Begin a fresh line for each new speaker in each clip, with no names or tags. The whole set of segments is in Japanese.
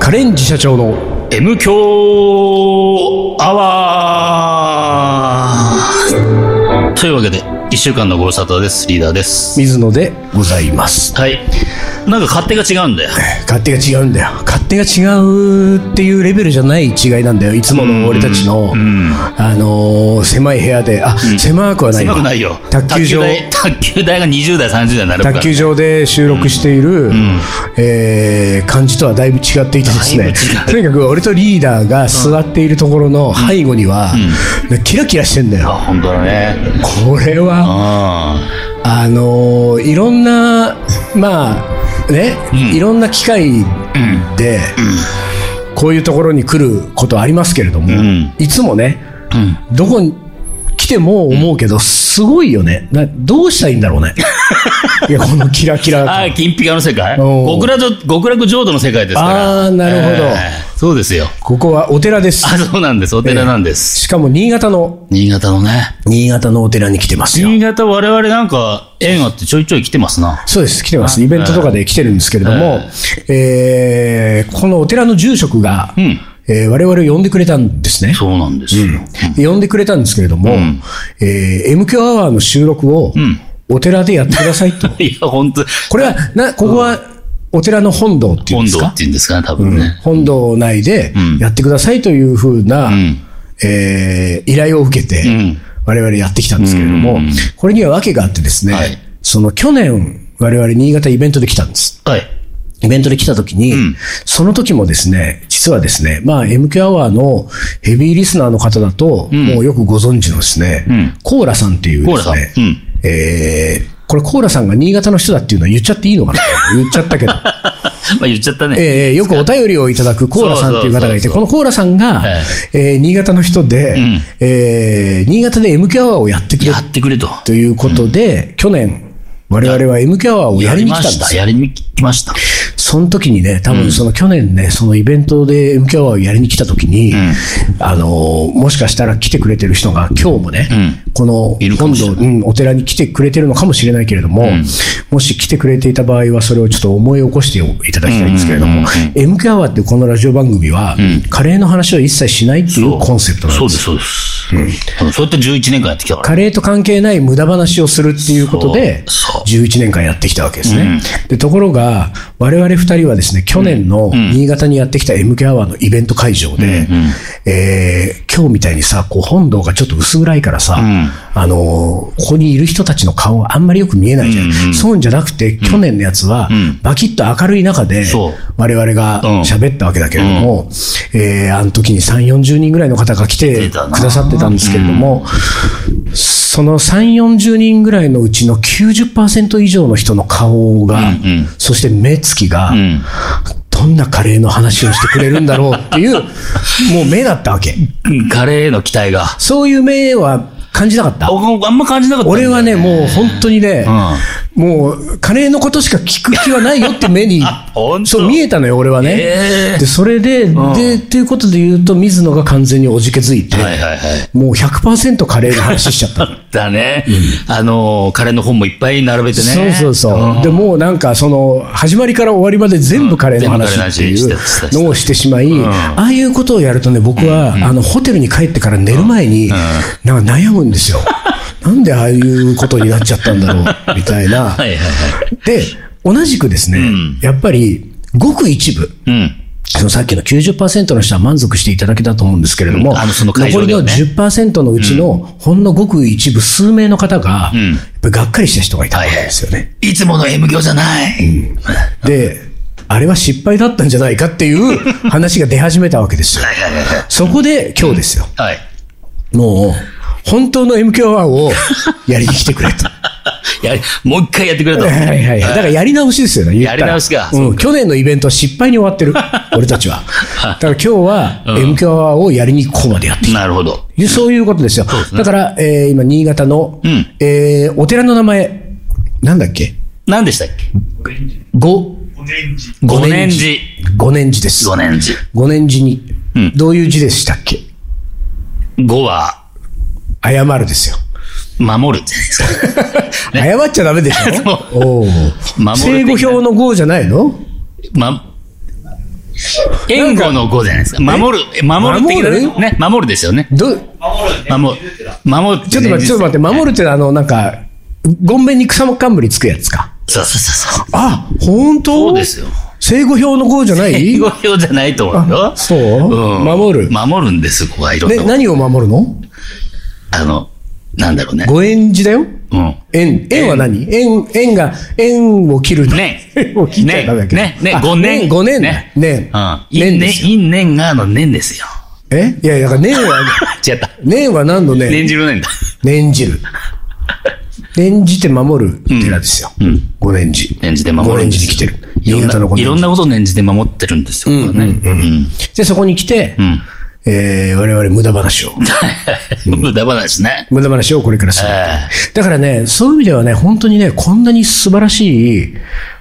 カレンジ社長の
M 強アワーというわけで、一週間のご無沙汰です。リーダーです。
水野でございます。
はい。なんか勝手が違うんだよ。
勝手が違うんだよ。勝手が違うっていうレベルじゃない違いなんだよ。いつもの俺たちの、
ん
あのー狭い部屋で、あ、狭くはない
狭
わ
くないよ。
卓球場、
台卓球台が20代、30代になるから。
卓球場で収録している、えー感じとはだいぶ違っていてです
だい
ね
ぶ違う
とにかく俺とリーダーが座っているところの背後には、キラキラしてんだ
あ、
よ
本当だね。
これは
う
あのーいろんなまあね、いろんな機会で、こういうところに来ることありますけれども、
ん
いつもね、どこに来ても思うけど、すごいよねなどうしたらいいんだろう ねいやこのキラキラ
ん。あ
感
あ、金ピカの世界
おう
極楽浄極楽浄土の世界ですから。
あーなるほど
そうですよ。
ここはお寺です
あ、そうなんです。お寺なんです。
しかも新潟の
新潟のね。
新潟のお寺に来てますよ
新潟我々なんか縁あってちょいちょい来てますな。
そうです来てますイベントとかで来てるんですけれども、えーこのお寺の住職が、
うん。
えー我々を呼んでくれたんですね
そうなんですよ。
呼んでくれたんですけれども、えー MQ アワーの収録をお寺でやってくださいと。
いや、本当
これは、な、ここはお寺の本堂っていうん
本
です
堂
か
っていうんですかね、多分ね。
本堂内でやってくださいというふうな、えー依頼を受けて、我々やってきたんですけれども、これには訳があってですね、
はい
その去年、我々新潟イベントで来たんです。
はい。
イベントで来た時に、その時もですね、実はですね、まあ MQ アワーのヘビーリスナーの方だと、もうよくご存知のですね、コーラさんっていうで
コーラ
す
さん
ね、
うん
えーこれコーラさんが新潟の人だっていうのは言っちゃっていいのかな言っちゃ ったけど、
まあ言っちゃったね。
えーよくお便りをいただくコーラさんっていう方がいて、
そう
こ
そうそうそう
のコーラさんが、
はい
えー新潟の人で、えー新潟で MQ アワーをやってくれ
やってくれと。
ということで、去年、我々は MQ アワーをやりに来たん
ま
です
した。やりに来ました。
その時にね、多分その去年ね、そのイベントで MQ アワーをやりに来た時に、あのー、もしかしたら来てくれてる人が今日もね、この
いるか
本
もしれ
堂、うん、お寺に来てくれてるのかもしれないけれども、もし来てくれていた場合はそれをちょっと思い起こしていただきたいんですけれども、MQ アワーってこのラジオ番組は、カレーの話を一切しないっていうコンセプトなん
そう
で。
ですす、そうです。うんそうやって11年間やってきたから。
カレーと関係ない無駄話をするっていうことで、
そう
11年間やってきたわけですね。でところが、我々2人はですね、去年の新潟にやってきた MK アワーのイベント会場で、えー今日みたいにさ、こう本堂がちょっと薄暗いからさ、あのーここにいる人たちの顔があんまりよく見えないじゃん。そうじゃなくて、去年のやつは、バキッと明るい中で
そう、
我々が
うん
喋ったわけだけれども、えーあの時に3、40人ぐらいの方が来て
出
く
たな
ださってたんですけれども、その3、40人ぐらいのうちの90%以上の人の顔が、そして目つきが、どんなカレーの話をしてくれるんだろうっていう、もう目だったわけ。
うんカレーへの期待が。
そういう目は感じなかった。
ああんま感じなかったんだ
俺
よ。
はね、もう本当にね、もう、カレーのことしか聞く気はないよって目に
あ本、当
そう見えたのよ、俺はね。
ええ
で、それで、で、ということで言うと、水野が完全におじけづいて、
はいはいはい。
もう100%カ レーの話しちゃった。
だね。あのー、カレーの本もいっぱい並べてね。
そうそうそう。で、もうなんか、その、始まりから終わりまで全部カレーの話ってい
全部
う
カレーの話してた
のをしてしまい、ああいうことをやるとね、僕は、あの、ホテルに帰ってから寝る前に、なんか悩むんですよ。 なんでああいうことになっちゃったんだろう、みたい な。
はいはいはい。
で、同じくですね、やっぱり、ごく一部、
うん。
そのさっきの90%の人は満足していただけたと思うんですけれども、
うんあのその会
残
場
り
で
の
はね
10%のうちの、ほんのごく一部数名の方が、やっぱりがっかりした人がいたんですよね。
いつもの M 行じゃない。
で、あれは失敗だったんじゃないかっていう話が出始めたわけですよ。
はいはいはいはい。
そこで今日ですよ。
はい。
もう、本当の MQ1 をやりに来てく れと。
やもう一回やってくれ と。
はいはいはい。だからやり直しですよね、言ったら
やり直しか
うん。去年のイベントは失敗に終わってる。俺たち は。だから今日は、MQ アワーをやりにここまでやってき
なるほど。
た。そういうことですよ。だから、えー今、新潟の、えーお寺の名前、なんだっけ
何でしたっけ
五
五年寺。
五年寺です。
五年寺。
五年寺に、どういう字でしたっけ
五は、
謝るです よ。
守るじゃないですか。
謝っちゃダメでし ょおおう。
守
正
る的
語
な
表の語じゃないの
ま、援護の5じゃないですか。守る、守るっ
守
て
る
ね、守るですよね。
ど、
守る。守る
ちょっと待って、ちょっと待って、守るってのはあの、なんか、ゴンベンに草冠つくやつか。
て。そうそうそうそう。
あ、本当
そうですよ。
正語表の語じゃない
英語表じゃないと思うよ
あ。そう
うん
守る
守るんです、ここはいろん
で、
なこと。
何を守るの
あの、なんだろうね。
五円字だよ。
うん。
円、円は何円、円が、円を切る。
年。
円を切っちゃダメだけど。
ね、ね、
あ
5年。
五年
ね
ね。。年。
う
年で
ん。因年、
すよ。
因年があの年ですよ。
えいや、だから年は、
違った。
年は何の年
年次の年だ。
念じる。念じて守る寺ですよ。
うん。
五年寺。
念じて守
五
るん
年
で
寺
す
に来てる。
いろん
新潟の五
な、い
年
ろんなことを念じて守ってるんですよ。ここはねうん。
寺で、そこに来て、えー我々無駄話を。
無駄話ね。
無駄話をこれからする。
え
だからね、そういう意味ではね、本当にね、こんなに素晴らしい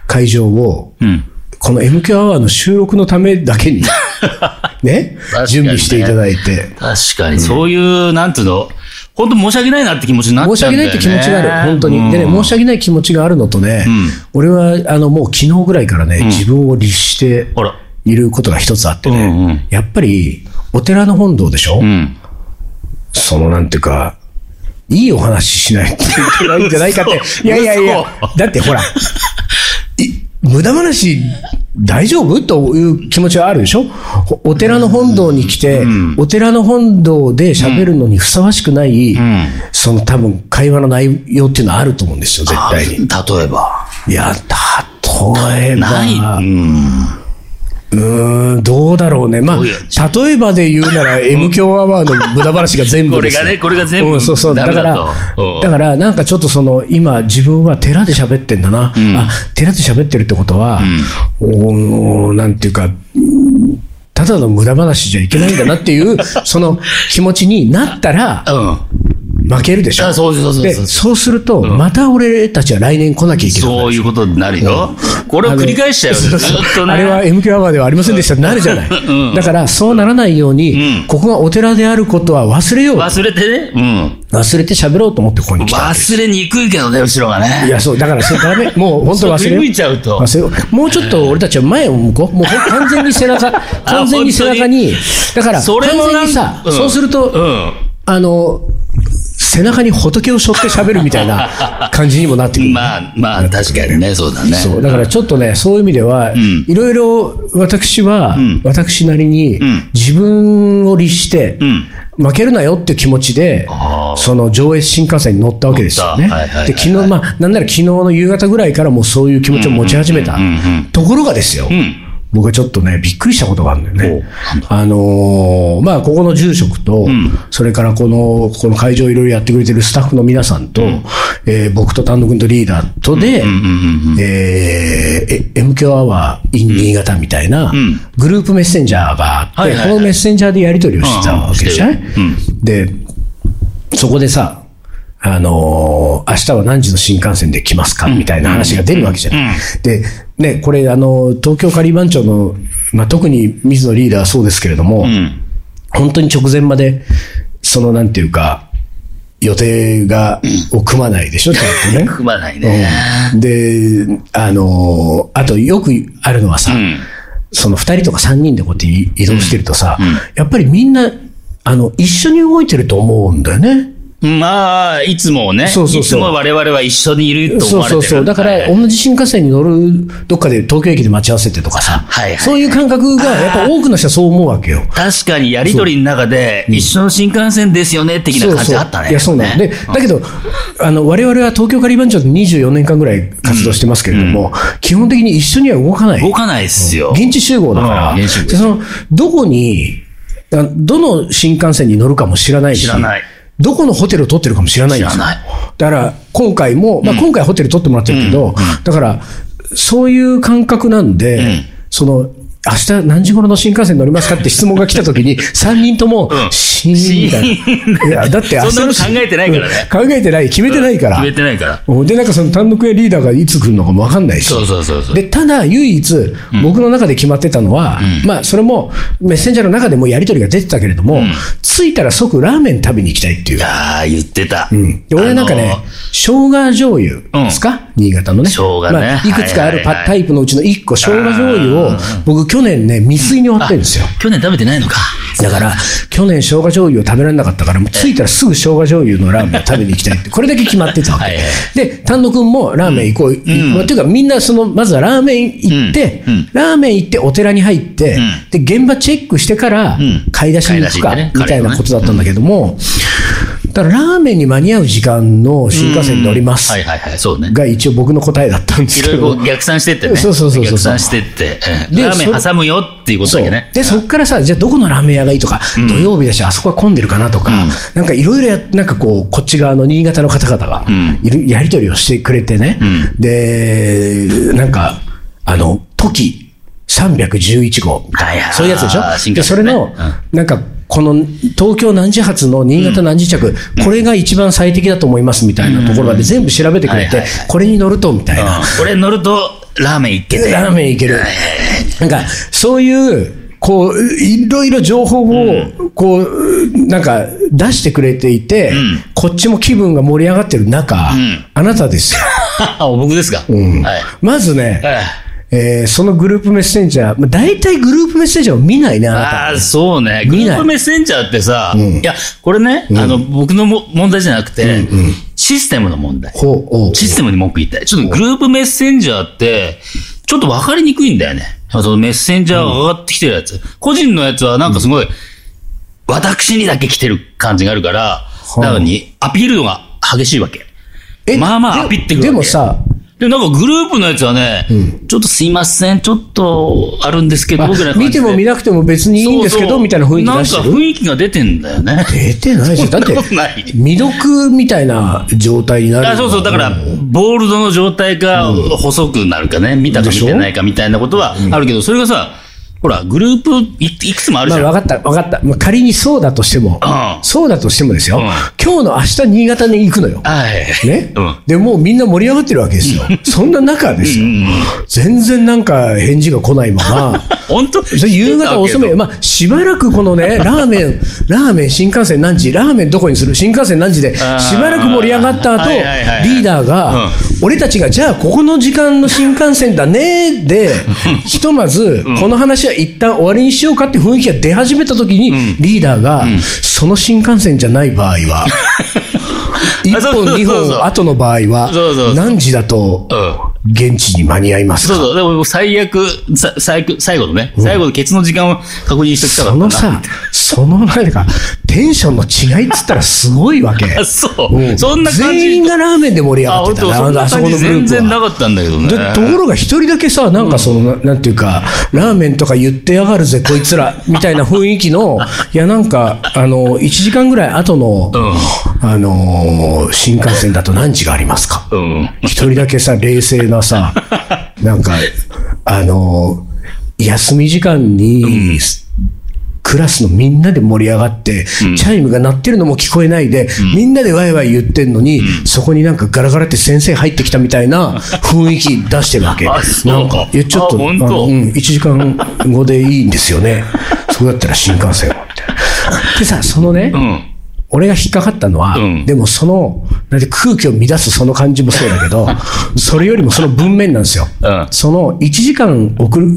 会場を、
えうん。
この MQ アワーの収録のためだ けに、ね
かにね
準備していただいて、
確かに、そういう、なんていうの、本当申し訳ないなって気持ちになっ
申し
ちゃう
訳
ん
ない
だよ
って
ね。
気持ちがある、本当に。でね、申し訳ない気持ちがあるのとね、俺は、あの、もう昨日ぐらいからね、自分を律して
あら
いることが一つあってね、
うんうん
やっぱり、お寺の本堂でしょ、
うん。
そのなんていうか、いいお話ししないといけないんじゃないかって。
嘘
いやいやいや
嘘、
だって ほら、い無駄話大丈夫という気持ちはあるでしょほお寺の本堂に来て、お寺の本堂で喋るのにふさわしくない、
ん
その多分会話の内容っていうのはあると思うんですよ、絶対に。
例えば。
いや、例えば。
ない。うん。
うーん、どうだろうね。まあ、
どういう
例えばで言うな ら、M 強アワーの無駄話が全部ですよ。
これがねこれが全部
うんそうそう。
ダ
だ
メ
か
だ
ら
とうん、
だから、なんかちょっとその、今、自分は寺で喋ってんだな。あ、寺で喋ってるってことは、おーなんていうか、うんただの無駄話じゃいけないんだなって いう、その気持ちになったら、
うん。
負けるでしょ。
あそうそうそうそう
で、そうすると、また俺たちは来年来なきゃいけない。
そういうことになるよ。これを繰り返しちゃうよ。ず
そう
っ
そう
とね。
あれは MQ アワーではありませんでしたってなるじゃない。だから、そうならないように、ここがお寺であることは忘れよう。
忘れてね。
忘れて喋ろうと思ってここに
うん。
来た。
忘れにくいけどね、後ろが
い
ね。
や、そう、だから、それダメ。もう本当忘れよう。
振り向いちゃうと
忘れようもうちょっと俺たちは前を向こう。もうほん完全に背 中、完全に背中に。だから、
そ
完
れも
全
なん
にさ、
うん
そうする
う
と、
ん。
あの、背中に仏を背負って喋るみたいな感じにもなってくる。
まあ、まあ、確かにね、そうだね。
そうだからちょっとね、そういう意味では、いろいろ私は、私なりに、自分を律して、負けるなよっていう気持ちで
あ、
その上越新幹線に乗ったわけですよね。
乗ったはいはいはい
で、昨日、まあ、なんなら昨日の夕方ぐらいからもうそういう気持ちを持ち始めた。ところがですよ、僕はちょっとね、びっくりしたことがあるんだよね。あのーまあ、ここの住職と、それからこの、この会場をいろいろやってくれてるスタッフの皆さんと、えー僕と丹野君とリーダーとで、えー、MQ アワー in 新潟みたいな、グループメッセンジャーがあっ
はい
て、
はいはい
このメッセンジャーでやり取りをしてたわけじゃない、で、そこでさ、あのー明日は何時の新幹線で来ますかみたいな話が出るわけじゃない。で、ね、これ、あのー、東京カリバン町の、まあ、特に水野リーダーはそうですけれども、本当に直前まで、その、なんていうか、予定が、を組まないでしょ、ちゃんとね。
組まないね。
で、あのーあとよくあるのはさ、その2人とか3人でこうやって移移動してるとさ、やっぱりみんな、あの、一緒に動いてると思うんだよね。
まあ、いつもね。
そうそうそう
いつも我々は一緒にいると思
そう
われて
そうそ
る。
う。だから、同じ新幹線に乗る、どっかで東京駅で待ち合わせてとかさ、
はいはい
そういう感覚が、やっぱ多くの人はそう思うわけよ。
確かにやりとりの中で、一緒の新幹線ですよね、的な感じあったね。
いや、そうなの。で、だけど、あの、我々は東京カリバン町で24年間ぐらい活動してますけれども、基本的に一緒には動かない。
動かないっすよ。
現地集合だから、
うん現地集合
でそのどこに、あどの新幹線に乗るかも知らないし、
知らない
どこのホテルを取ってるかも知らないんです
知
よ
らない
だから、今回も、まあ、今回ホテル取ってもらってるけど、だから、そういう感覚なんで、その、明日何時頃の新幹線乗りますかって質問が来た時 に、3人とも、シーンみたいな。いや、だって明日
そんなの考えてないからね
うん考えてない、決めてないから
決め。てないから。
で、なんかその単独やリーダーがいつ来るのかもわかんないし。
そうそうそうそう。
で、ただ唯一、僕の中で決まってたのは、まあ、それも、メッセンジャーの中でもやり取りが出てたけれども、着いたら即ラーメン食べに行きたいっていう。
ああ、言ってた。
で俺はなんかね、生姜醤油ですか、新潟のね。
生姜ね
まあいくつかある
はいはいは
パ
い
タイプのうちの1個、生姜醤油を、僕去年ね、未遂に終わってるんですよ。
去年食べてないのか。
だから、去年生姜醤油を食べられなかったから、もう着いたらすぐ生姜醤油のラーメンを食べに行きたいって、これだけ決まってたわけ。
はいはい
で、丹野くんもラーメン行こう。まあ、というか、みんなその、まずはラーメン行って、
うんうん
ラーメン行ってお寺に入って、で、現場チェックしてから
ん、
買い出しに行くか、
買い出し行ってね
みたいなことだったんだけども、だからラーメンに間に合う時間の新幹線に乗ります。
はいはいはい、そうね。
が一応僕の答えだったんです
い
け
ろい
ど。
ろこう逆算してってね。
そうそうそうそう
逆算してって。うん
で
ラーメン
そ
挟むよっていうこと
そ
だ
う
けね。
で、そこからさ、じゃあどこのラーメン屋がいいとか、土曜日だし、あそこは混んでるかなとか、なんかいろいろや、なんかこう、こっち側の新潟の方々が、いるやり取りをしてくれてね、で、なんか、あの、時311号みたい
はいはい
な、そういうやつでしょ
新
で
幹
そ
線
れ
ね
の、なんか、この東京何時発の新潟何時着、これが一番最適だと思いますみたいなところまで全部調べてくれて、
はいはい
これに乗るとみたいな、
これ乗ると、ラーメン行け て。
ラーメンいける。なんか、そういう、こう、いろいろ情報を、こう、なんか、出してくれていて、こっちも気分が盛り上がってる中、あなたですよ。
お僕ですか。はい。
まずね、
はい
えーそのグループメッセンジャー、まあ、大体グループメッセンジャーを見ないね、あなた。
ああ、そうね。グループメッセンジャーってさ、いや、これね、あの、僕のも問題じゃなくて、システムの問題。
ほう、おう
システムに文句言いたい。ちょっとグループメッセンジャーって、ちょっと分かりにくいんだよね。そのメッセンジャーが上がってきてるやつ。個人のやつはなんかすごい、私にだけ来てる感じがあるから、
あ
なのに、アピールが激しいわけ。
え
まあまあ
で
アピってくるわけ
でもさ、
で、なんかグループのやつはね、ちょっとすいません、ちょっとあるんですけど、ぐらいの感じ
見て
で
も見なくても別にいいんですけど、
そうそう
みたいな雰囲気出して
なん
る
か。雰囲気が出てんだ よね。
出てないし、だって
そんなことない、
未読みたいな状態になる。
あそうそう、だから、ボールドの状態か、細くなるかね、見た
で
か見
しょ
てないかみたいなことはあるけど、それがさ、ほら、グループいいくつもある
ま
じ
あ、
ゃん。
分かった、分かった。まあ、仮にそうだとしても、
うん
そうだとしてもですよ、
ん
今日の明日新潟に行くのよ。
はい。
ね、
うん
で、もうみんな盛り上がってるわけですよ。そんな中ですよ。全然なんか返事が来ないまま。
本当
それ夕方遅め、
ま
まあ、しばらくこの ね、ラーメン、ラーメン新幹線何時、ラーメンどこにする、新幹線何時で、し
あー
ばらく盛り上がった後、
はいはいはい
リーダー
うん
が、俺たちが、じゃあここの時間の新幹線だねー で、ひとまず、この話は一旦終わりにしようかって雰囲気が出始めた時に、リーダーが、その新幹線じゃない場合 は、1本、
そうそうそう
2本後の場合
そうそうそ
は
う、
何時だと現地に間に合います
そう
か
そう、でも最悪、さ最悪、最後のね、最後のケツの時間を確認してきた
そ
かった
の
な
さ、そのなんか、テンションの違いっつったらすごいわけ。
あ、そうう。 そんな感じ。
全員がラーメンで盛り上
あ、
がっ
本
てた
当
な
そん
あ
な
そこ
感じ
のグルー
全
プ
然
は。
なかったんだけどね。
でところが一人だけさ、なんかその、ななんていうか、ラーメンとか言ってやがるぜ、こいつら、みたいな雰囲気 の、いや、なんか、あの、1時間ぐらい後の、あのー、新幹線だと何時がありますか
うん。
一人だけさ、冷静な さ、なんか、あの、休み時間に、クラスのみんなで盛り上がって、チャイムが鳴ってるのも聞こえないで、みんなでワイワイ言ってんのに、そこになんかガラガラって先生入ってきたみたい な雰囲気出してるわけ。
あそう
なんか、いや、ちょっと、
あ本当
のうん、1時間後でいいんですよね。そこだったら新幹線は、みたいな。でさ、そのね、
うん。
俺が引っかかったのは、
うん
でもその、なんて空気を乱すその感じもそうだけ ど、それよりもその文面なんですよ。
うん
その1時間送る、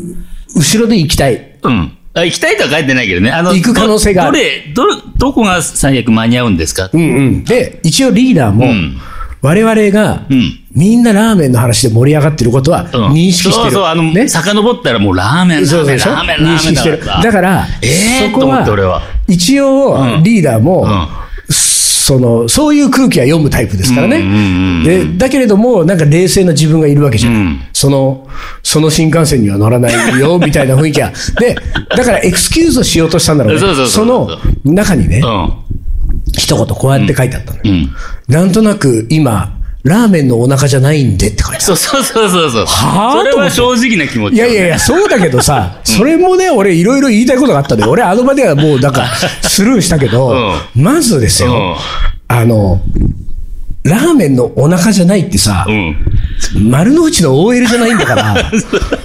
後ろで行きたい。
うん。あ行きたいとは書いてないけどね。あの
行く可能性がある
どどれ、ど、どこが最悪間に合うんですか
うんうん。で、一応リーダーも、
ん
我々が、
ん
みんなラーメンの話で盛り上がってることは
うん
認識してる。
そうそう、あの、
ね
遡ったらもうラーメン、ラ
そうそ
ー
う
メン、
で
ラ
しょ
ーメン、ラ
認
ーメン
識してる。だから、
えー
そこと
思って俺は
は、一応、リーダーも、
ん
その、そういう空気は読むタイプですからね。
うんうんうんうん
でだけれども、なんか冷静な自分がいるわけじゃん。
うん
その、その新幹線には乗らないよ、みたいな雰囲気 は。で、だからエクスキューズをしようとしたんだろうね。
そうそうそうそう
の中にね、
うん。
一言こうやって書いてあったのよ。
うん。
なんとなく今、ラーメンのお腹じゃないんでって書いてあった。
そうそうそうそうそう。
はぁ
それは正直な気持ち、
いやいやい。や、そうだけどさ、それもね、俺いろいろ言いたいことがあったんで、俺あの場ではもうなんかスルーしたけど、
う
まずですよ、
うん
あの、ラーメンのお腹じゃないってさ
う、ん。
丸の内の OL じゃないんだから、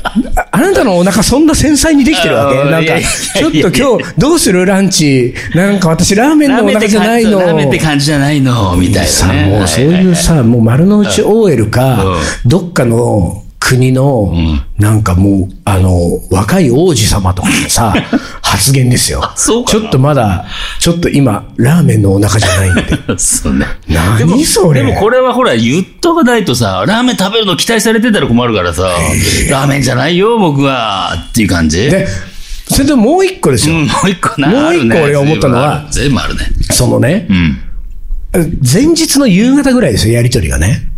ああなたのお腹そんな繊細にできてるわけ
あー
なん
いや
か、
いや
ちょっと今日どうするランチ。なんか私ラーメンのお
め
腹
て
じゃ
感
ない
じ
の。
ラーメンって感じじゃないのみたい
さ
なね。
もうそういうさ、もう丸の内 OL か、どっかの国の、なんかもう、あの、若い王子様とかの さ、発言ですよ。
そうか
ち
な
ょっとまだ、ちょっと今、ラーメンのお腹じゃないんで。
そうね。
何
でも
それ
でもこれはほら、言っとかないとさ、ラーメン食べるの期待されてたら困るからさ、ラーメンじゃないよ、僕は、っていう感じ。
で、それともう一個です
う
よ。
ん、もう一個な、
もう一個
あるね
俺思ったのは
全部ある全部あるね。
そのね
う、ん。
前日の夕方ぐらいですよ、やりとりがね。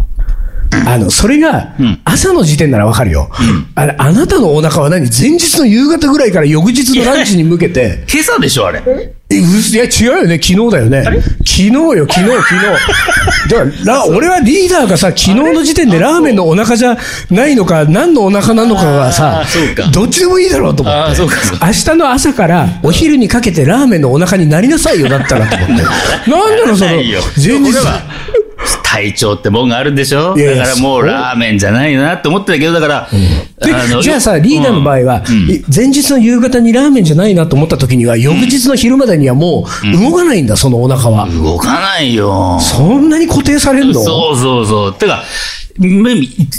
あの、それが、朝の時点ならわかるよ。あれ、あなたのお腹は何前日の夕方ぐらいから翌日のランチに向け て、
今朝でしょ、あれ。
え、うす、いや、違うよね。昨日だよね。昨日よ、昨日、昨 日。だから、ラ俺はリーダーがさ、昨日の時点でラーメンのお腹じゃないのか、何のお腹なのかがさ
あーそうか、
どっちでもいいだろうと思っ
あ
て。
ーそうかそう
明日の朝からお昼にかけてラーメンのお腹になりなさいよ、だったらと 思って。なんなの、その、
な
前
いよ
日
これ。は体調ってもんがあるんでしょ
いやい
だ
や
からもうラーメンじゃないなって思ってたけど、だから、
でじゃあさ、リーダーの場
合、
合は、い前日の夕方にラーメンじゃないなと思った時には、翌日の昼までにはもう動かないんだ、そのお腹は。
動かないよ。
そんなに固定されるの
そうそうそう。てか、め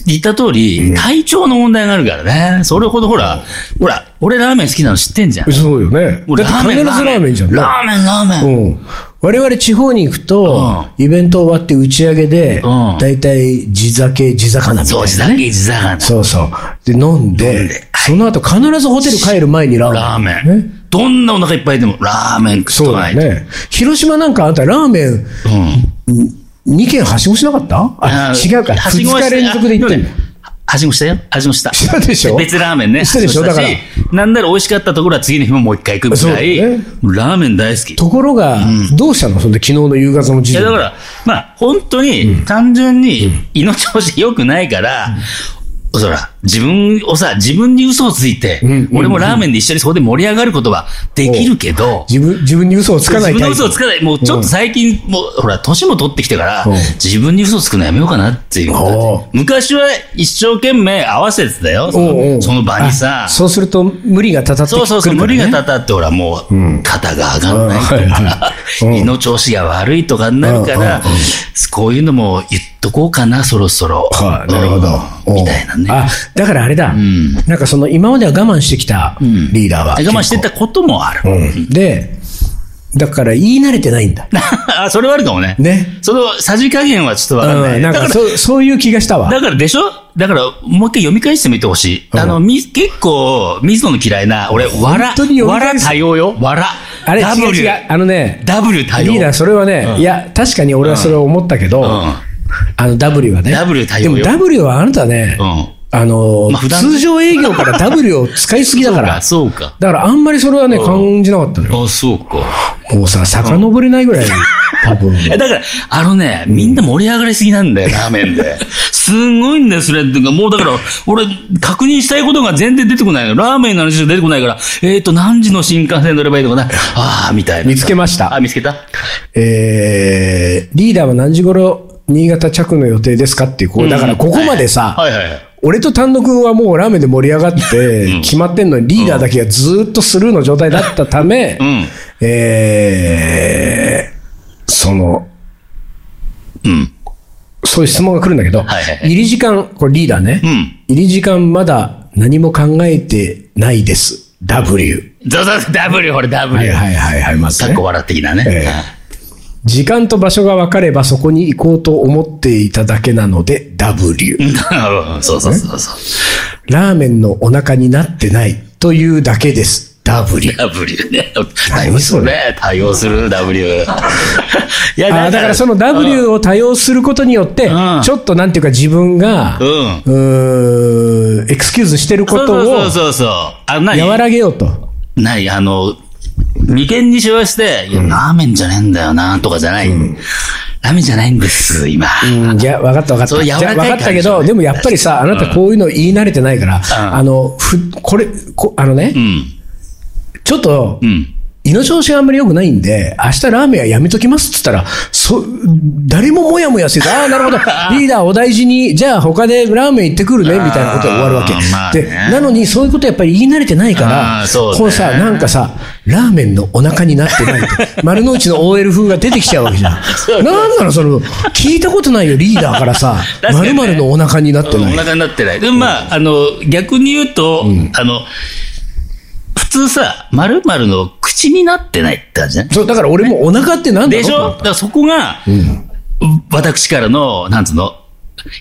言った通り、体調の問題があるからね。それほどほら、ほら、俺ラーメン好きなの知ってんじゃん。
そうよね。
俺
だって必ずラーメンじゃん。
ラーメン、ラーメン。
うん。我々地方に行くと、イベント終わって打ち上げで、
うん
大体地酒、地魚みたい
そう、
な。
地酒、地魚。
そうそう。で、飲んで、その後必ずホテル帰る前にラーメン。
ラーメン。どんなお腹いっぱいでも、ラーメン食っ
そ
と
う
か
だ
ない
よ
と。
ね。広島なんかあんたラーメン
うん。
2軒はしごしなかったあ、違うか。
はし
2
ごはし
日連続で行ってんの
あ。もねはしごしたよ。はしごした。
したでしょ
別ラーメンね。
したでしょ
はご
だ
なんなら美味しかったところは次の日ももう一回行くみたい。
そうだね
ラーメン大好き。
ところが、どうしたのそんで昨日の夕方の時
いや、
点
だ
で
から、まあ、本当に、単純に、胃の調子良くないから、そら、自分をさ、自分に嘘をついて、俺もラーメンで一緒にそこで盛り上がることはできるけど、
自分、自分に嘘をつかない
自分
タイプ
の嘘をつかない。もうちょっと最近、もうほら、年も取ってきてから
うん、
自分に嘘をつくのやめようかなっていうことだ
お
って。昔は一生懸命合わせてたよ。そ
おうお
の
う
その場にさ
あ。そうすると無理がたたってく
そ
る
うそうそう、
からね
無理がたたって、ほら、もう、肩が上がらないと
うんはい
か
は、
胃の調子が悪いとかになるから
うんうんう、
こういうのも言っとこうかな、そろそろ。
はい、なるほど。
うん
おう
みたいなね。
あ、だからあれだ。なんかその今までは我慢してきたリーダーは。
我慢してたこともある。
うんで、だから言い慣れてないんだ。
あそれはあるかもね。
ね。
そのさじ加減はちょっとわかんな
う
い。
ん、なん
だ
か
から
そうそういう気がしたわ。
だからでしょだから、もう一回読み返してみてほしい。
ん
あの、み、結構、水野の嫌いな、俺、わら
本当に、読
わ
み
ら
返す
多様よ。わら。
あれ、違う
W、
違う。あのね、
W 多
リーダー、
様。
それはね、いや、確かに俺はそれを思ったけど、
ん
あの W はね。
W 対応
でも
よ
W はあなたね、
うん
あの、
まあ普段
通常営業から W を使いすぎだから、
そうか。
だからあんまりそれはね、感じなかったのよ。
そうかあ、そうか。
もうさ、遡れないぐらい、多分。
えだから、あのね、みんな盛り上がりすぎなんだよ、ラーメン で。すごいんだよ、それ。っていうか、もうだから、俺、確認したいことが全然出てこないの。ラーメンの話が出てこないから、えっ、ー、と、何時の新幹線乗ればいいのかな。ああ、みたいな。
見つけました
あ、見つけた
えー、リーダーは何時頃新潟着の予定ですかっていう、こう、だからここまでさ、
はいはいはい。
俺と丹野くんはもうラーメンで盛り上がって、決まってんのに、リーダーだけがずーっとスルーの状態だったため、
うん。
えー、その、
うん。
そういう質問が来るんだけど、
はいはいはい
入り時間、これリーダーね、
うん
入り時間まだ何も考えてないです。W。
そうそうそう、W、ほら、W。
はいはいはいはい、まず
かっ
ね
こ。笑って的なね。
ええ時間と場所が分かればそこに行こうと思っていただけなので W。
うん そうそうそうそう。
ラーメンのお腹になってないというだけです。W。
W ね。
何そ
ね。対応する W。い や
あーだからその W を多用することによって、
うん
ちょっとなんていうか自分が
う、ん。
うーん、エクスキューズしてるこ
そう
とを
そうそうそう。あ、な
和
い、
らげようと。
ない、あの、眉間にしわして、いや、ラーメンじゃねえんだよな、とかじゃない。ラーメンじゃないんです、今。
うん、じゃあ分かった分かっ
そう
た。じゃあ
柔らかい
分かったけ
感
ど、
じね
でもやっぱりさ、あなたこういうの言い慣れてないから、あの、ふ、これ、こあのね
う、ん。
ちょっと
う、ん。
胃の調子があんまり良くないんで、明日ラーメンはやめときますっつったら、そ、誰ももやもやしてて、ああ、なるほ ど、リーダーお大事に、じゃあ他でラーメン行ってくるね、みたいなことで終わるわけ。
あーまあね
で、なのにそういうことやっぱり言い慣れてないか
あ
ら、
ーそうね
こうさ、なんかさ、ラーメンのお腹になってない って、丸の内の OL 風が出てきちゃうわけじゃん。なんなのその、聞いたことないよ、リーダーからさ、
確かにね
まるのお腹になって
お
ない。
腹になってない。でもまあ、あの、逆に言うと、あの、普通さ、〇〇の口になってないって感じじゃない
そう、だから俺もお腹ってなんだろう
でしょだからそこが、私からの、なんつうの、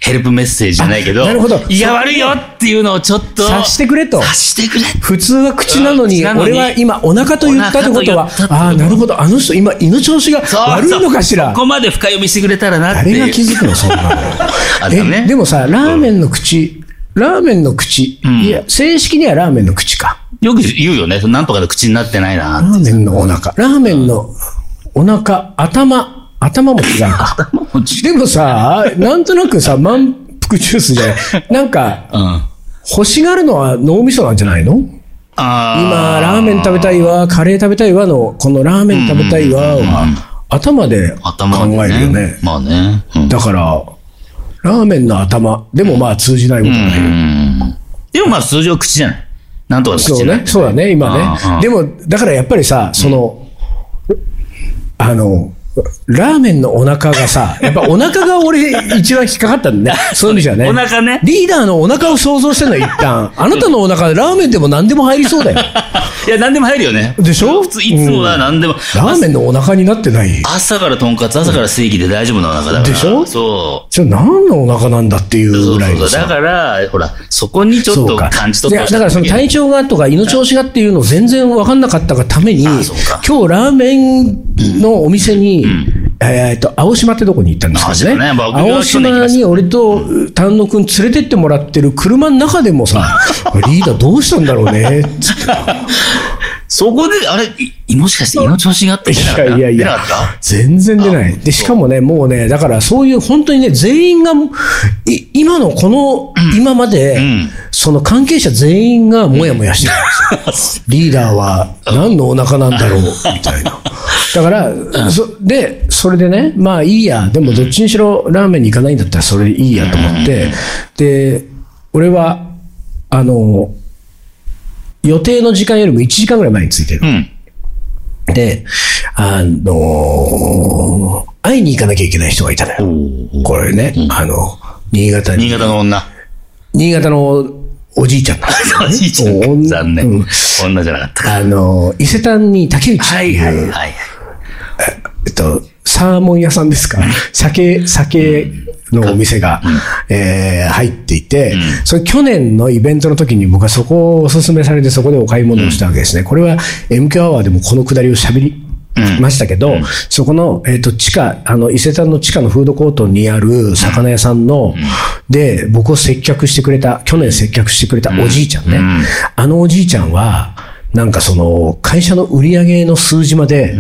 ヘルプメッセージじゃないけど、
あなるほど
いや、悪いよっていうのをちょっと、
察してくれと。
察してくれって
普通は口なのに、
うん口なのに
俺は今お腹と言ったってこと
お
は
腹と言っ、た
ああ、なるほど、あの人今胃の調子が
そう
悪いのかしら
そ。こまで深読みしてくれたらなっていう。
誰が気づくの、そんなの。
あったね
え、でもさ、ラーメンの口、ラーメンの口、
ん
いや、正式にはラーメンの口か。
よく言うよね。なんとかで口になってない
ラ
な。
ーメンのお腹。ラーメンのお腹、頭、頭も違うか。でもさ、なんとなくさ、満腹ジュースじゃない。なんか、
うん。あ
欲しがるのは脳みそなんじゃないの今、ラーメン食べたいわ、カレー食べたいわの、このラーメン食べたいわは、頭で考
頭を
えるよね。
まあね。うん
だから、ラーメンの頭、でもまあ通じないことない。
うんでもまあ通常口じゃない。なんとかの口
そ
じ
う
ゃない。
ね、そうだね、今
うんう
ね。
ん
でも、だからやっぱりさ、その、あの、ラーメンのお腹が さ、やっぱお腹が俺一番引っかかったんだね。そういう意味じゃね。
お腹ね
リーダーのお腹を想像してるの一旦。あなたのお腹でラーメンでも何でも入りそうだ よ。
いや、何でも入るよね。
でしょ
普通、いつもは何でも。
ラーメンのお腹になってない。
朝からとんかつ、朝からステーキで大丈夫なお腹だから。
でしょ
そう。
じゃあ何のお腹なんだっていう
そう
ぐらい
そ
の
うそう。だ
さ。
から、ほら、そこにちょっと感じ取って
いや
ほしい
だからその体調がとか胃の調子がっていうのを全然分かんなかったがために、今
あ
日
そうか
ラーメンのお店に、えーっと、青島ってどこに行ったんですか
青島
ね。
ね僕
青島に俺と丹野くん連れてってもらってる車の中でも さ、リーダーどうしたんだろうね、つって。
そこで、あれ、いいもしかして胃の調子があって出なかっ
い
た
やいやい
出な
や
かった、
全然出ない。で、しかもね、もうね、だからそういう本当にね、全員が、い今のこの、今まで、
ん
その関係者全員がもやもやしてたんですよ。 リーダーは何のお腹なんだろう、みたいな。だから、そで、それでね、まあいいや、でもどっちにしろラーメンに行かないんだったらそれいいやと思って、で、俺は、あの、予定の時間よりも1時間ぐらい前に着いてる。
うん。
で、あのー会いに行かなきゃいけない人がいたのよ。これね、あの、新潟に、
新潟の女。
新潟のおじいちゃんだ。
おじいちゃん
お
が。残念。
うん
女じゃなかったか。
あのー、伊勢丹に竹内っていう、
はい。
えっと、サーモン屋さんですか酒、酒のお店が、えー入っていて、それ去年のイベントの時に僕はそこをお勧めされてそこでお買い物をしたわけですね。これは MQ アワーでもこのくだりを喋り、ましたけど、そこの、えっ、と、地下、あの、伊勢丹の地下のフードコートにある魚屋さんの、で、僕を接客してくれた、去年接客してくれたおじいちゃんね。あのおじいちゃんは、なんかその、会社の売り上げの数字まで、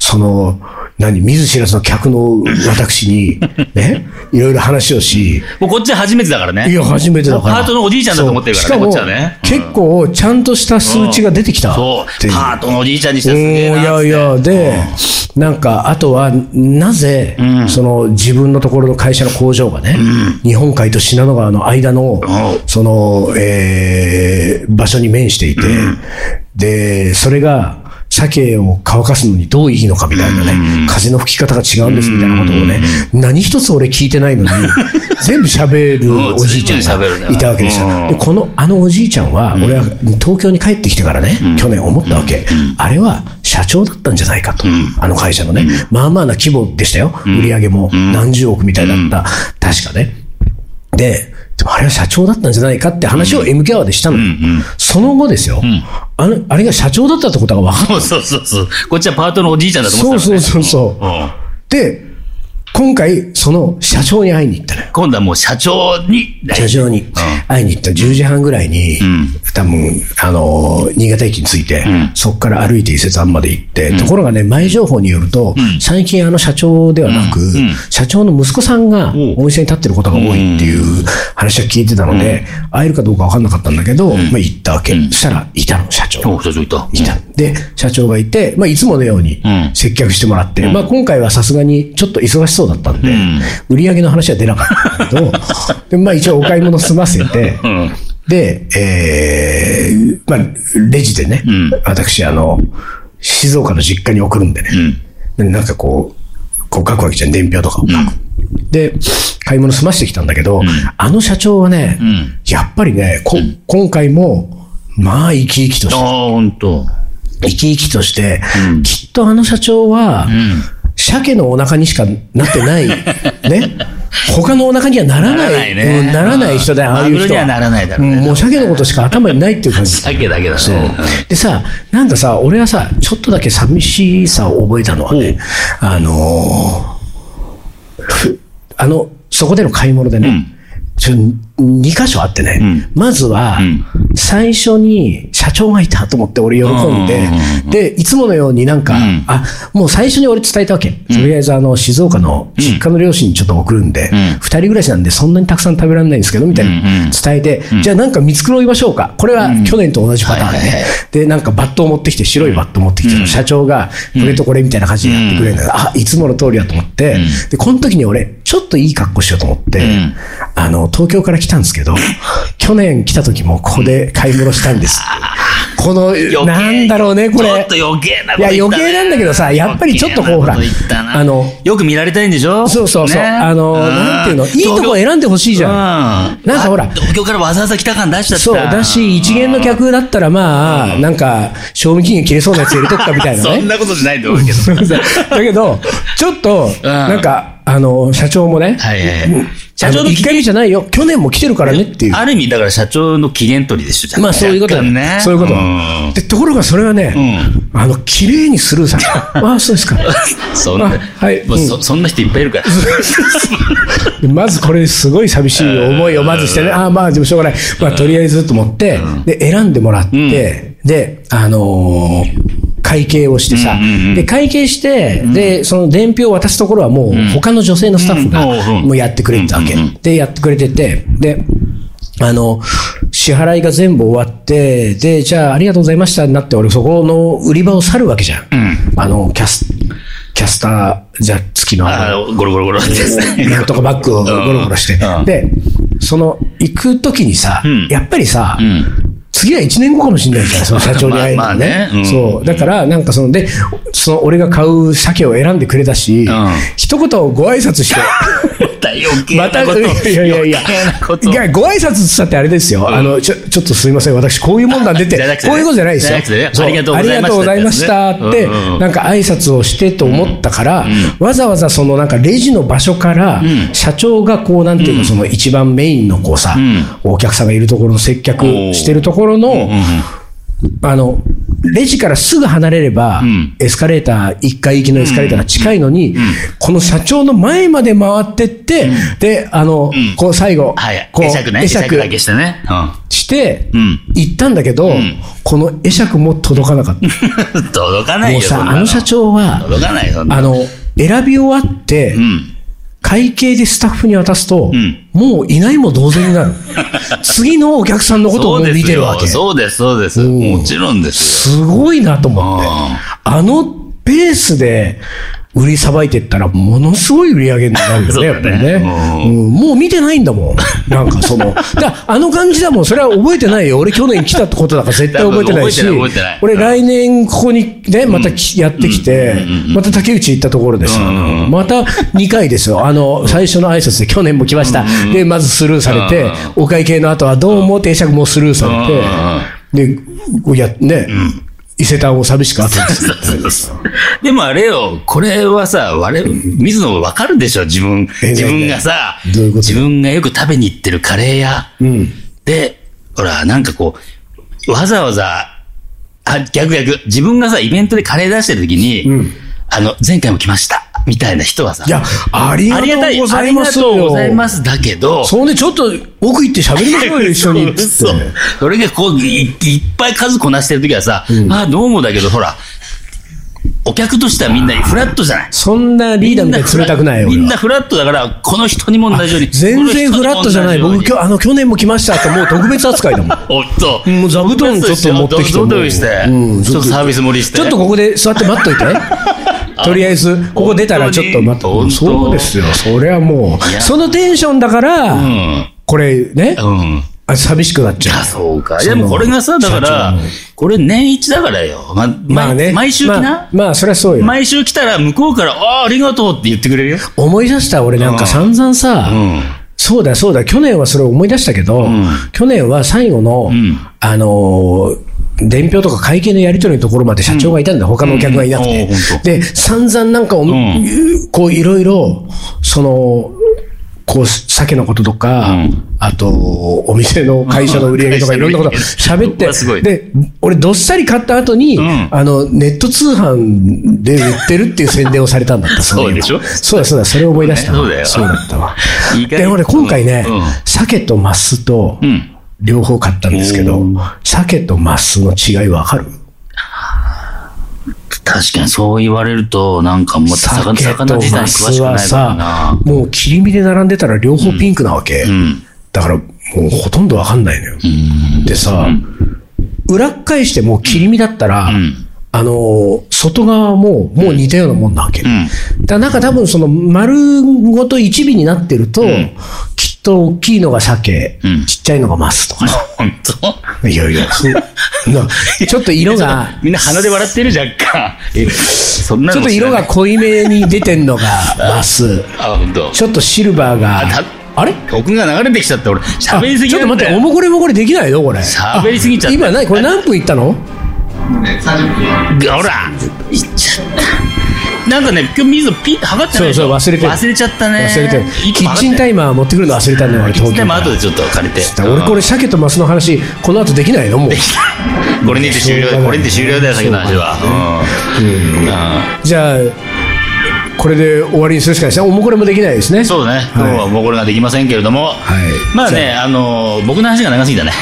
その、何、見ず知らずの客の私 に、ね、いろいろ話をし、
もうこっちは初めてだからね。
いや、初めてだから。
パートのおじいちゃんだと思ってるからね、こ
そう
っ
し
ち
か
は
も、
ね。
結構、ちゃんとした数値が出てきた
そ
って
う。
いう。
パートのおじいちゃんにしてはすげえなっつっ
うん
て。
いやいや、で、なんか、あとは、なぜ、その、自分のところの会社の工場がね、日本海と信濃川の間の、
ん
その、えー場所に面していて、で、それが、鮭を乾かすのにどういいのかみたいなね、風の吹き方が違うんですみたいなことをね、何一つ俺聞いてないの に、全部喋るおじいちゃんがいたわけですよ。
うん
でこのあのおじいちゃんは、俺は東京に帰ってきてからね、去年思ったわけ、あれは社長だったんじゃないかと、あの会社のね、まあまあな規模でしたよ、売り上げも何十億みたいだった、確かね。で、でもあれは社長だったんじゃないかって話を MK アワーでしたのよ、その後ですよ、あの、あれが社長だったってことが分かっ
そうそうそうそう。こっちはパートのおじいちゃんだ
た。
と思
そ
っ
う
てたか
そ
ら
う
ね。
そうそう。
うん
で、今回、その社長に会いに行ったのよ。
今度はもう社長に。
社長に会いに行った10時半ぐらいに、多分あの新潟駅に着いて、
ん
そこから歩いて伊勢丹まで行って、ところがね、前情報によると、最近、あの社長ではなく、
うんうん
社長の息子さんが
おう
お店に立ってることが多いっていう話は聞いてたので、会えるかどうか分かんなかったんだけど、まあ、行ったわけ、そしたら、いたの、社長。
お社長いた。
いた。で、社長がいて、まあ、いつものように
うん
接客してもらって、まあ、今回はさすがにちょっと忙しそうだったんで、
うん
売り上げの話は出なかったんだけど、で まあ、一応お買い物済ませて、
うん。
で、えー、まあ、レジでね、
ん
私、あの、静岡の実家に送るんでね、でなんかこう、こう書くわけじゃん、伝票とかを書く。で、買い物済ましてきたんだけど、あの社長はね、
ん
やっぱりね、こ今回も、まあ、生き生きとして
ああ、ほんと。
生き生きとして、きっとあの社長は、鮭のお腹にしかなって ない、ね。他のお腹にはならない。
ならないね
うんならない人だよ、
うん
ああいう
マグロ
人
に
は。
はならないだろうね
んもう鮭のことしか頭にないっていう感じ。
鮭だけだね。
そうでさ、なんかさ、俺はさ、ちょっとだけ寂しさを覚えたのはね、あのーふあの、そこでの買い物でね、ちょ2箇所あってね、まずは、最初に社長がいたと思って俺喜ん
うん
で
うんうん、
で、いつものようになんか、あ、もう最初に俺伝えたわけ。とりあえずあの、静岡の実家の両親にちょっと送るんで、二人暮らしなんでそんなにたくさん食べられないんですけど、みたいに伝えて、じゃあなんか見繕いましょうか。これは去年と同じパターンで、で、なんかバットを持ってきて、白いバットを持ってきて、社長が、これとこれみたいな感じでやってくれるんだけど、あ、いつもの通りだと思って、で、この時に俺、ちょっといい格好しようと思って、あの、東京から来たんですけど、 去年来た時もここで買い物したんです。この、
余計
なんだろうね、これ。
ちょっと余計な
い
こと
や
言ったね
余計なんだけどさやっぱりちょっとこうほら
余計なこと言ったな
あの
よく見られたいんでしょ
そうそうそう。
ね
あの、
うん
なんていうの、いいとこ選んでほしいじゃん。
うん。
なんかほら
あ東京からわざわざ来た感出しちゃった。
そう。だし、一元の客だったらまあ、なんか、賞味期限切れそうなやつ入れとくかみたいな
そん
ね。
なことじゃないと思うけど。
だけど、ちょっと、なんか、あの、社長もね、
はいはいはい。社長
あ
の
の
機
一回目じゃないよ。去年も来てるからねっていう。
ある意味、だから社長の機嫌取りでしょ、じゃあ
まあそういうことだ
若干ね。
そういうこと
ん。
で、ところがそれはね、あの、綺麗にスルーされた。 ああ、そうですか。
そんな、
あはい
もう
うん
そそんな人いっぱいいるから。
でまずこれすごい寂しい思いをまずしてね、ああまあでもしょうがない。まあとりあえずと思って、で、選んでもらって、で、あのー会計をしてさ、で、会計して、で、その伝票を渡すところはもう他の女性のスタッフが
うん
もうやってくれてたわけ
うんう。
で、やってくれてて、で、あの、支払いが全部終わって、で、じゃあありがとうございましたになって、俺そこの売り場を去るわけじゃん。あの、キャス、キャスター、じゃあ付きのあの
あのゴロゴロゴロって
なんとかバッグをゴロゴロして
うん。
で、その、行くときにさ、
ん
やっぱりさ、次は1年後かもしれないじゃん、その社長に会えるの
まあまあ
ね
ねう。ん
そう。だから、なんかその、で、その、俺が買う鮭を選んでくれたし
ん、
一言ご挨拶して、
余計
ま
な
た、い
こと。
やいやいや
余計なこ、
い
と。
やご挨拶したってあれですよ。あの、ちょ、ちょっとすいません、私、こういうもんなんでって
じゃなく、てね
こういうことじゃないですよ
じゃなくてね。
そう
ありがとうございまし
ありが
た
とうございましたっ
ってやつね
て
うんうん、
なんか挨拶をしてと思ったから、わざわざそのなんかレジの場所から、社長がこう、なんていうか、その一番メインのこうさ、お客さんがいるところの接客してるところの、あの、レジからすぐ離れれば、エスカレーター、1階行きのエスカレーターが近いのに、この社長の前まで回ってって、で、あの、こう最後、
はい。
こう、
会釈ね。
会
会
釈
釈だけしてね。
して
ん、
行ったんだけど、この会釈も届かなかった。
うん。 届かない
も
よ。
う
そん
さ、
な
あの社長は、
届かないよ、そんな
あの、選び終わって、会計でスタッフに渡すと、
ん
もういないも同然にな る。次のお客さんのことを
そう
もう
で
見
す
てるわ
よ。
け。
そうです、そうです。もちろんです
すごいなと思って
うん。
あのペースで売りさばいてったら、ものすごい売り上げになるよ
そう
ね、
だ
やっぱり
ね
ね。うんもう見てないんだもん。なんかその、だあの感じだもん、それは覚えてないよ。俺去年来たってことだから絶対覚えてないし
多分覚えてない、
俺
覚えてな
来年ここにね、またきやってきて、また竹内行ったところです。また2回ですよ。あの、最初の挨拶で去年も来ました。で、まずスルーされて、お会計の後はどうも定釈もスルーされて、で、こうやね、伊勢丹を寂しく後にするっていう
よ。 でもあれよ、これはさ、我々、水野わかるでしょ自分、
え
自分がさ、
どういうこと
自分がよく食べに行ってるカレー屋。で、ほら、なんかこう、わざわざ、あ、逆逆、自分がさ、イベントでカレー出してる時に、あの、前回も来ました。みたいな人はさ、
いや、ありが
ありがた
とう
い、
ご
あ
ざい
り
ま
が
す
とうございま
よ。
すだけど、
そんでちょっと奥行って喋りましょうよ、一緒に。
嘘それがこうい、いっぱい数こなしてる時はさ、あ、どうもだけど、ほら、お客としてはみんなフラットじゃない。
そんなリーダーみたいに冷たくないよ。
み
俺
ん
は
なフラットだから、この人にも同じように。
全然フラットじゃない。
この人にも同
僕、
じよ
今日、あの、去年も来ましたって、もう特別扱いだもん。
うに。おっと。
もう座布団ちょっと持ってきて
ど
も
んどんして。
うん
ちょっとサービス盛りして。
ちょっとここで座って待っといて。 とりあえず、ここ出たらちょっと待っ
本当
て。
に
そうですよ。それはも、
いうや
そのテンションだから、
うん。
これね、
うん。
あ寂しくなっちゃ
あ、
う。
そうか。
そ
で
の
もこれがさ、だか
社長
ら
の、
これ年一だからよ。ま、
まあね。
毎週来
ま
な
あ、まあ、それはそうよ。
毎週来たら向こうから、ああ、ありがとうって言ってくれるよ。
思い出した俺なんか散々さ、
うん。
そうだそうだ、去年はそれを思い出したけど、
ん
去年は最後の、
ん
あのー伝票とか会計のやり取りのところまで社長がいたんだ、他のお客がいなくて。
うんおうほんと
で、散々なんかお、こういろいろ、その、こう、酒のこととか、
うん
あと、お店の会社の売り上げとか
う
い
ん
ろんなこと
会社の
喋
売り上げうわすご
っ
い
て、で、俺どっさり買った後に、
うん
あの、ネット通販で売ってるっていう宣伝をされたんだった、いえば
そうでしょ
そうだそうだ、それを思い出したわ。
そうだよ
そうだったわ。
意外と
で、俺今回ね、
うん
鮭とマスと
うん、
両方買ったんですけど、
お
鮭とマスの違いわかる
確かにそう言われると、なんかもう魚
鮭
魚
と
自体
マ
に詳
ス
しくな
はい
からな
さ。、もう切り身で並んでたら両方ピンクなわけ。
うん。
だからもうほとんどわかんないのよ。でさ、裏返してもう切り身だったら、
ん
あのー外側はもう、もう似たようなもんなわけ。
ん
だからなんか多分その丸ごと一尾になってると、きっと大きいのが鮭、
うん
ちっちゃいのがマスとかさ。
本当
いやいや、そうな ちょっと色が、
みんな鼻で笑ってるじゃんか。えそんな
ちょ
の
っ
も
と
知ら
色
ない
が。濃いめに出てんのがマス。
あ、本当。
ちょっとシルバーが
あだ、
あれ
僕が流れてきちゃった俺、
あ
喋りすぎ
ちょっと
なん
待っ
だ
て、お
よ。
もこれもこれできないのこれ。
喋りすぎちゃった。
今何これ何分いったの
ほらいっちゃった。なんかね、今日水ピッと測ってないでしょ
そうそう忘れてる
忘れちゃったね。
忘れてるキ
一個
ッ
測
チ
っ
ン
て
タイマー持ってくるの忘れたんだよ俺
キッチ
東
ンタ
京か
イム
ら
後でちょっと借りて。
俺これ鮭とマスの話この後できないのもう
これにて終了だよ、これにて終了だよ、先の話は。うん。
じゃあこれで終わりにするしかないですねおもこれもできないですね
そうね、今日はもうこれができませんけれども、
い
まあね、あの僕の話が長すぎたね。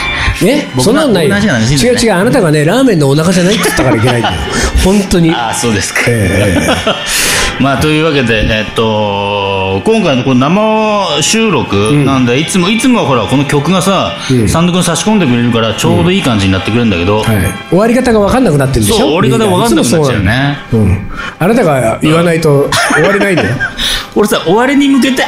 え
僕
そんなのない
僕の話が長すぎ
違う
たね
違うあなたがねラーメンのお腹じゃないって言ったからいけないんだよ本当に
ああ、そうですか。
ええ
まあ、というわけで、えっと、今回のこの生収録なんで、いつも、いつもはほら、この曲がさ、
うん
サンド君差し込んでくれるから、ちょうどいい感じになってくれるんだけど、
はい終わり方が分かんなくなってるでしょ
そう、終わり方わかんなくなっちゃうよ
い
ね。
つもそうなのうんあなたが言わないと終われないん だよ
俺さ、終わりに向けて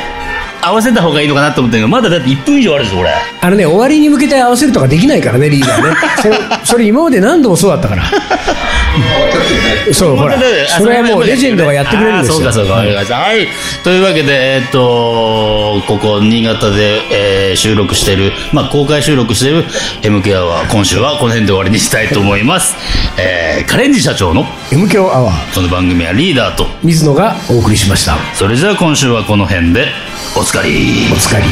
合わせた方がいいのかなと思ってるけど、まだだって1分以上あるでしょ、これ。
あのね終わりに向けて合わせるとかできないからねリーダーねそれそれ今まで何度もそうだったからそうほら
本当だよあ
それはもうレジェンドがやってくれるんですよ
あーそうかそうか、わかりましたはい。というわけで、えっと、ここ新潟で、えー収録している、まあ、公開収録している MK アワー、今週はこの辺で終わりにしたいと思います。 えーカレンジ社長の
M 強アワー
この番組はリーダーと、
水野がお送りしました
それじゃあ今週はこの辺で、おつかり。
お疲れ